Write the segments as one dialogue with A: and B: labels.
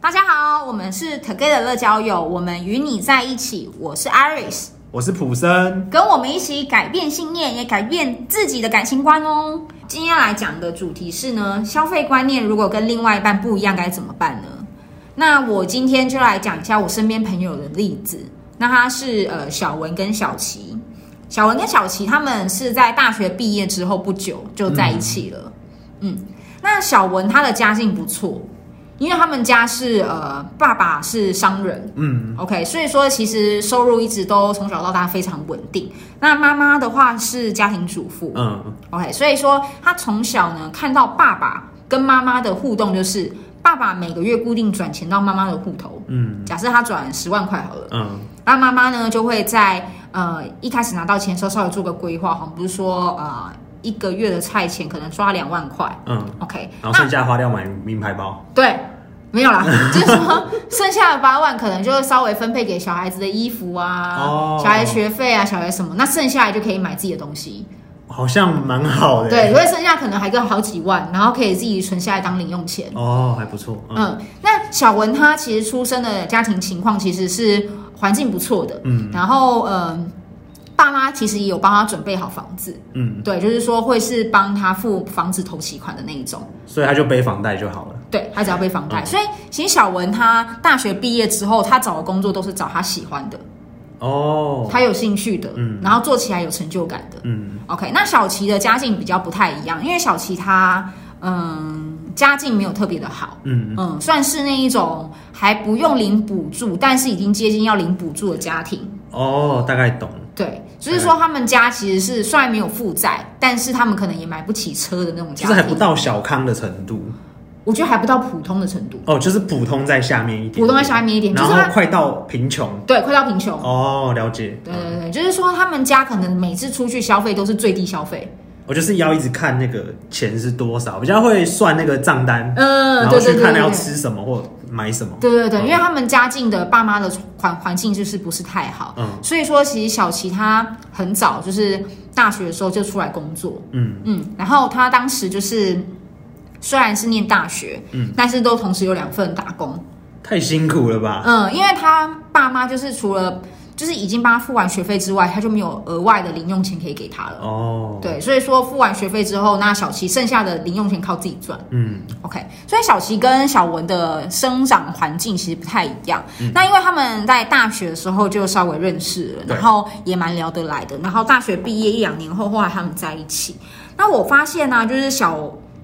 A: 大家好，我们是 Together 乐交友，我们与你在一起。我是 Iris，
B: 我是普生，
A: 跟我们一起改变信念，也改变自己的感情观哦。今天要来讲的主题是呢，消费观念如果跟另外一半不一样，该怎么办呢？那我今天就来讲一下我身边朋友的例子。那他是呃小文跟小琪，小文跟小琪他们是在大学毕业之后不久就在一起了。嗯那小文他的家境不错，因为他们家是呃爸爸是商人。
B: 嗯，
A: OK，所以说其实收入一直都从小到大非常稳定。那妈妈的话是家庭主妇，
B: 嗯
A: OK，所以说他从小呢看到爸爸跟妈妈的互动，就是爸爸每个月固定转钱到妈妈的户头，
B: 嗯
A: 假设他转十万块好了，
B: 嗯
A: 那妈妈呢就会在呃一开始拿到钱的时候稍微做个规划，好像不是说呃一个月的菜钱可能抓两万块
B: 嗯，
A: ，OK，
B: 然后剩下花掉买名牌包，
A: 对。没 有啦，就是说剩下的八万可能就会稍微分配给小孩子的衣服啊、
B: 哦
A: 小孩学费啊、小孩什么，那剩下来就可以买自己的东西。
B: 好像蛮好的。
A: 对，所以剩下可能还个好几万，然后可以自己存下来当零用钱。
B: 哦，还不错。嗯
A: 嗯，那小文他其实出生的家庭情况其实是环境不错的，
B: 嗯
A: 然后嗯，爸妈其实也有帮他准备好房子，
B: 嗯，
A: 对，就是说会是帮他付房子头期款的那一种，
B: 所以他就背房贷就好了。
A: 对他只要背房贷。
B: 嗯
A: 所以其实小文他大学毕业之后，他找的工作都是找他喜欢的，
B: 哦，
A: 他有兴趣的，
B: 嗯
A: 然后做起来有成就感的。
B: 嗯
A: OK，那小琪的家境比较不太一样，因为小琪她嗯家境没有特别的好，
B: 嗯
A: 嗯，算是那一种还不用领补助，但是已经接近要领补助的家庭。
B: 哦，大概懂。
A: 对，就是说他们家其实是虽然没有负债，但是他们可能也买不起车的那种
B: 就
A: 家庭，
B: 是还不到小康的程度
A: 我觉得还不到普通的程度，
B: 哦，就是普通在下面一点，
A: 普通在下面一点，就
B: 然
A: 是
B: 后
A: 他
B: 快到贫穷
A: 对快到贫穷。
B: 哦，了解。
A: 对对对，就是说他们家可能每次出去消费都是最低消费，
B: 我就是要一直看那个钱是多少，比较会算那个账单，
A: 嗯，
B: 然
A: 对
B: 后
A: 对
B: 去
A: 对
B: 看
A: 对
B: 要
A: 对
B: 吃什么或买什么。
A: 对对对，
B: 嗯
A: 因为他们家境的爸妈的环环境就是不是太好，
B: 嗯
A: 所以说其实小琪她很早就是大学的时候就出来工作，
B: 嗯
A: 嗯，然后她当时就是虽然是念大学，
B: 嗯，
A: 但是都同时有两份打工，
B: 太辛苦了吧？
A: 嗯，因为她爸妈就是除了就是已经帮她付完学费之外，她就没有额外的零用钱可以给她了，
B: 哦，
A: 对，所以说付完学费之后，那小琪剩下的零用钱靠自己赚。
B: 嗯
A: OK，所以小琪跟小文的生长环境其实不太一样。
B: 嗯
A: 那因为他们在大学的时候就稍微认识了，
B: 对
A: 然后也蛮聊得来的。然后大学毕业一两年后，后来他们在一起。那我发现呢、就是小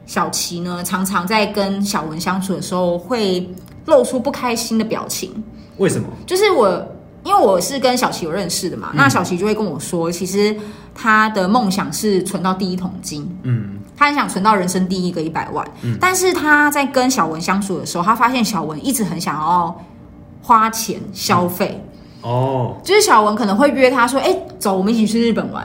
A: 小琪呢，常常在跟小文相处的时候会露出不开心的表情。
B: 为什么？
A: 就是我，因为我是跟小琪有认识的
B: 嗯
A: 嘛，那小琪就会跟我说，其实他的梦想是存到第一桶金。
B: 嗯，
A: 他很想存到人生第一个一百万，
B: 嗯
A: 但是他在跟小文相处的时候，他发现小文一直很想要花钱消费，
B: 哦，
A: 就是小文可能会约他说：“哎、走，我们一起去日本玩。”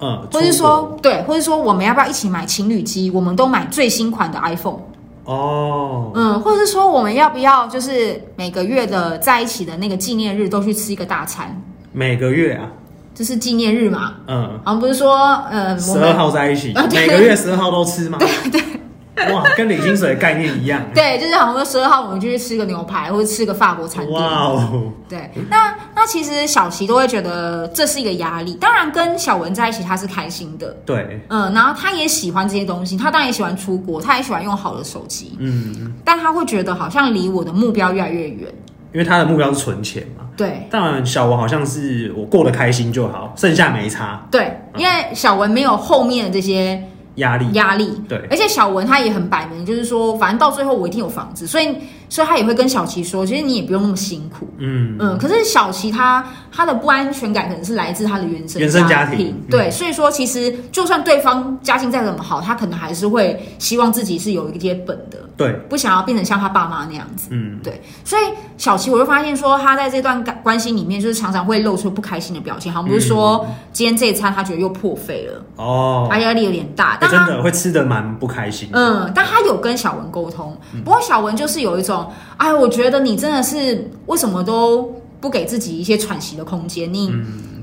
B: 嗯，
A: 或是
B: 出国
A: 说，对，或是说我们要不要一起买情侣机？我们都买最新款的 iPhone，
B: 哦，
A: 嗯，或者是说我们要不要就是每个月的在一起的那个纪念日都去吃一个大餐，
B: 每个月啊，
A: 这是纪念日嘛？
B: 嗯，
A: 好像不是说，呃，我
B: 十二
A: 们
B: 号在一起
A: 啊，对
B: 每个月十二号都吃吗？对对，哇，跟领薪水的概念一样。啊
A: 对，就是好像说十二号我们就去吃个牛排，或者吃个法国餐店。
B: 哇哦，
A: 对，那那其实小琪都会觉得这是一个压力。当然，跟小文在一起他是开心的，
B: 对，
A: 嗯，然后他也喜欢这些东西，他当然也喜欢出国，他也喜欢用好的手机，
B: 嗯，
A: 但他会觉得好像离我的目标越来越远。
B: 因为他的目标是存钱嘛。
A: 对
B: 但小王好像是我过得开心就好，剩下没差
A: 对，
B: 嗯
A: 因为小文没有后面的这些
B: 压力。
A: 压力。
B: 对，
A: 而且小文他也很摆明，就是说，反正到最后我一定有房子，所以，所以他也会跟小琪说，其实你也不用那么辛苦。
B: 嗯，
A: 嗯，可是小琪她她的不安全感可能是来自她的原生
B: 原生
A: 家
B: 家庭嗯
A: 对，所以说其实就算对方家境再怎么好，她可能还是会希望自己是有一些本的，
B: 对，
A: 不想要变成像她爸妈那样子。
B: 嗯，
A: 对，所以小琪我就发现说，她在这段感关系里面，就是常常会露出不开心的表情，好像不是说今天这一餐她觉得又破费了，
B: 嗯哦，欸
A: 她压力有点大，但
B: 真
A: 她。
B: 的会吃的嗯蛮不开心。
A: 啊嗯，但她有跟小文沟通，不过小文就是有一种，哎，
B: 嗯
A: 我觉得你真的是为什么都不给自己一些喘息的空间？你、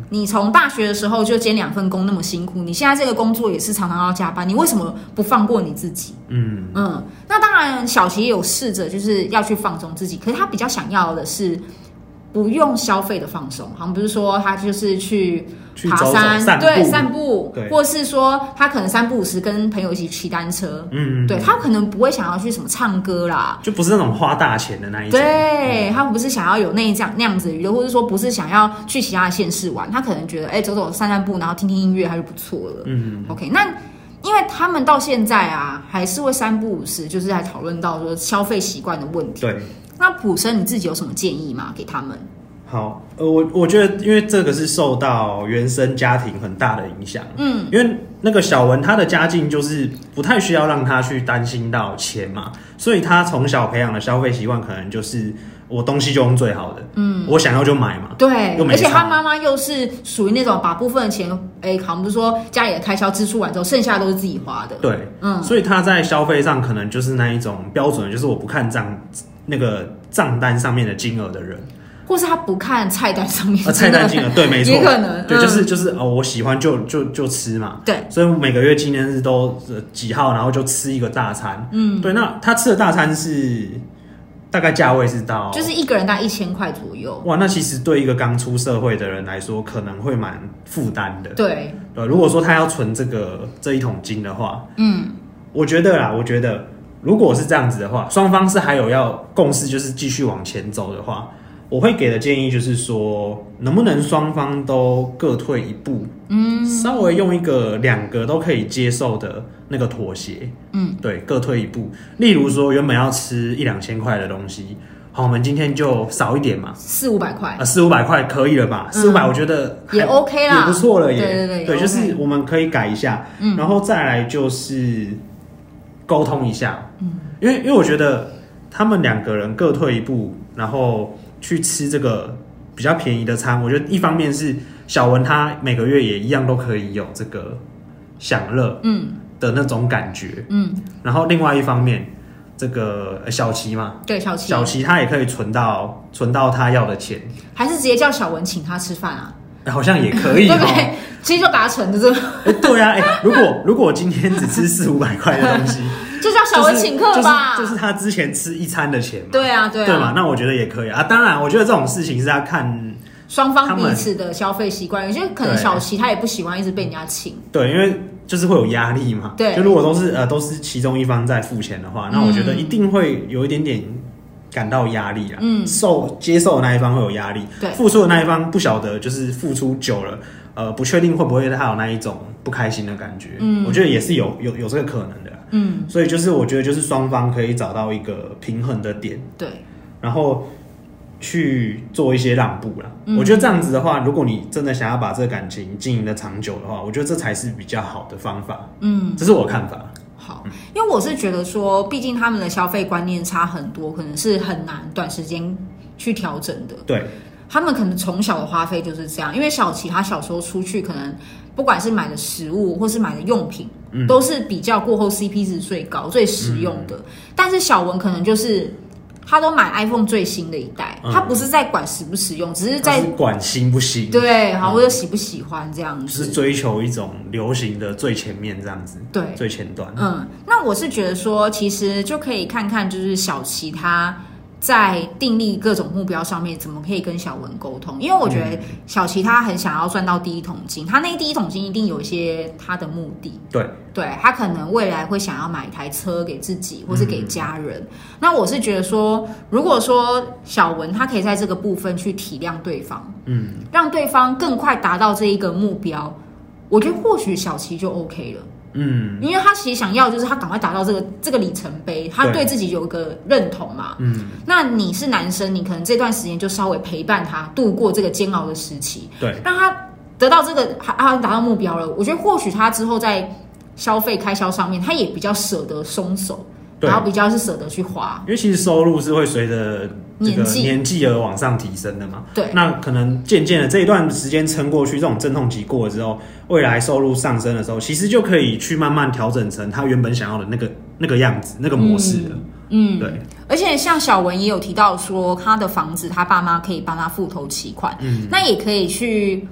A: 你从大学的时候就兼两份工那么辛苦，你现在这个工作也是常常要加班，你为什么不放过你自己？
B: 嗯，
A: 嗯，那当然，小琪也有试着就是要去放松自己，可是他比较想要的是不用消费的放松，好像不是说他就是去
B: 去
A: 爬
B: 走走
A: 山，
B: 散
A: 对，
B: 步
A: 散步，
B: 对
A: 或是说他可能三不五时跟朋友一起骑单车，
B: 嗯，
A: 对他可能不会想要去什么唱歌啦。
B: 就不是那种花大钱的那一种，
A: 对他不是想要有那一这样那样子的娱乐，或者说不是想要去其他的县市玩，他可能觉得哎、走走散散步，然后听听音乐，他就不错了。
B: 嗯，
A: OK，那因为他们到现在啊，还是会三不五时就是在讨论到说消费习惯的问题。
B: 对。
A: 那普生你自己有什么建议吗？给他们？
B: 好，呃，我我觉得，因为这个是受到原生家庭很大的影响，嗯，因为那个小文他的家境就是不太需要让他去担心到钱嘛，所以他从小培养的消费习惯可能就是我东西就用最好的，嗯，我想要就买嘛，
A: 对，
B: 又没
A: 而且他
B: 差
A: 妈妈又是属于那种把部分的钱，哎，好像不是说家里的开销支出完之后，剩下都是自己花的。
B: 对，
A: 嗯，
B: 所以他在消费上可能就是那一种标准，就是我不看账那个账单上面的金额的人，
A: 或是他不看菜单上面
B: 啊，菜单金额，对，没错，
A: 也可能
B: 对，
A: 嗯
B: 就是就是哦，我喜欢就就就吃嘛，
A: 对，
B: 所以我每个月纪念日都呃几号，然后就吃一个大餐，嗯，对，那他吃的大餐是大概价位是到，
A: 就是一个人大概一千块左右。
B: 哇，那其实对一个刚出社会的人来说，可能会蛮负担的，
A: 对，
B: 呃，如果说他要存这个这一桶金的话，嗯，我觉得啦，我觉得如果是这样子的话，双方是还有要共识，就是继续往前走的话，我会给的建议就是说，能不能双方都各退一步，嗯，稍微用一个两个都可以接受的那个妥协，嗯，对，各退一步。例如说，原本要吃一两千块的东西，好，我们今天就少一点嘛。
A: 四五百块
B: 啊，四五百块可以了吧？四五百，我觉得还
A: 也 OK 啦
B: 也不错了耶。
A: 对对对也
B: 就是
A: OK
B: 我们可以改一下，
A: 嗯
B: 然后再来就是沟通一下，嗯，因为因为我觉得他们两个人各退一步，然后去吃这个比较便宜的餐，我觉得一方面是小文他每个月也一样都可以有这个享乐，嗯的那种感觉，嗯，然后另外一方面，这个呃小琪嘛，
A: 对，小七
B: 小琪他也可以存到存到他要的钱。哎
A: 还是直接叫小文请他吃饭啊，
B: 好像也 可以
A: 对不
B: 哦。
A: 对？其实就达成的这个，
B: 哎对啊，哎、如果如果我今天只吃四五百块的东西，
A: 就叫小文请客吧。
B: 就是，就是他之前吃一餐的钱嘛，
A: 对啊，对啊，
B: 嘛，那我觉得也可以啊。当然，我觉得这种事情是要看
A: 双方
B: 他
A: 彼
B: 们
A: 此的消费习惯，有些可能
B: 对
A: 小琪他也不喜欢一直被人家请，
B: 对，因为就是会有压力嘛。
A: 对嗯
B: 就如果都是呃都是其中一方在付钱的话，那我觉得一定会有一点点感到压力啊。嗯，受接受的那一方会有压力，
A: 对
B: 付出的那一方不晓得就是付出久了，呃，不确定会不会他有那一种不开心的感觉。嗯，我觉得也是有有有这个可能的啊。
A: 嗯，
B: 所以就是我觉得就是双方可以找到一个平衡的点。
A: 对，
B: 然后去做一些让步啦。
A: 嗯
B: 我觉得这样子的话，如果你真的想要把这个感情经营的长久的话，我觉得这才是比较好的方法。嗯，这是我的看法。
A: 好，
B: 嗯
A: 因为我是觉得说，毕竟他们的消费观念差很多，可能是很难短时间去调整的。
B: 对，
A: 他们可能从小的花费就是这样，因为小琪他小时候出去，可能不管是买的食物或是买的用品，
B: 嗯
A: 都是比较过后 CP 值最高、最实用的。但是小文可能就是他都买 iPhone 最新的一代，
B: 嗯
A: 他不是在管实不实用，只是在
B: 它是管心不心，
A: 对，好或者喜不喜欢这样
B: 就
A: 子
B: 是。追求一种流行的最前面这样子，
A: 对
B: 最前端。
A: 嗯，那我是觉得说，其实就可以看看，就是小琪他在订立各种目标上面，怎么可以跟小文沟通？因为我觉得小琪他很想要赚到第一桶金，他那第一桶金一定有一些他的目的。
B: 对，
A: 对他可能未来会想要买一台车给自己，或是给家人。那我是觉得说，如果说小文他可以在这个部分去体谅对方，
B: 嗯，
A: 让对方更快达到这一个目标，我觉得或许小琪就 OK 了。
B: 嗯，
A: 因为他其实想要就是他赶快达到这个这个里程碑，他对
B: 对
A: 自己有一个认同嘛。
B: 嗯，
A: 那你是男生，你可能这段时间就稍微陪伴他度过这个煎熬的时期，
B: 对，
A: 让他得到这个他他达到目标了。我觉得或许他之后在消费开销上面，他也比较舍得松手，
B: 对
A: 然后比较是舍得去花。
B: 因为其实收入是会随着这
A: 年
B: 个
A: 纪
B: 年纪而往上提升的嘛。
A: 对
B: 那可能渐渐的这一段时间撑过去，这种阵痛期过了之后，未来收入上升的时候，其实就可以去慢慢调整成他原本想要的那个那个样子、那个模式了。嗯，对，
A: 而且像小文也有提到说，他的房子他爸妈可以帮他付头期款，嗯，那也可以去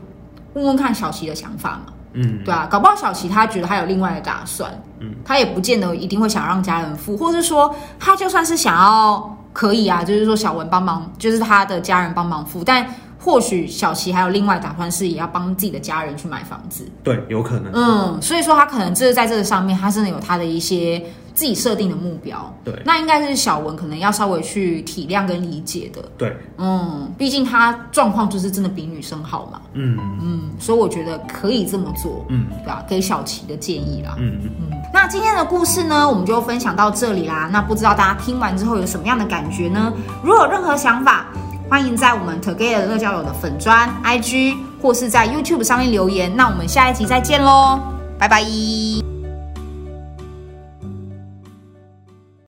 A: 问问看小琪的想法嘛。
B: 嗯，
A: 对啊，搞不好小琪他觉得他有另外的打算，
B: 嗯，
A: 他也不见得一定会想让家人付，或是说他就算是想要可以啊，就是说小文帮忙，就是他的家人帮忙付，但或许小琪还有另外打算是也要帮自己的家人去买房子，
B: 对，有可能，
A: 嗯，所以说他可能就是在这个上面，他真的有他的一些自己设定的目标，
B: 对
A: 那应该是小文可能要稍微去体谅跟理解的，
B: 对，
A: 嗯，毕竟他状况就是真的比女生好嘛，
B: 嗯
A: 嗯，所以我觉得可以这么做，
B: 嗯
A: 对吧、给小琪的建议啦。
B: 嗯，
A: 那今天的故事呢，我们就分享到这里啦。那不知道大家听完之后有什么样的感觉呢？如果有任何想法，欢迎在我们 Together 乐交友的粉砖、IG 或是在 YouTube 上面留言。那我们下一集再见喽，拜拜。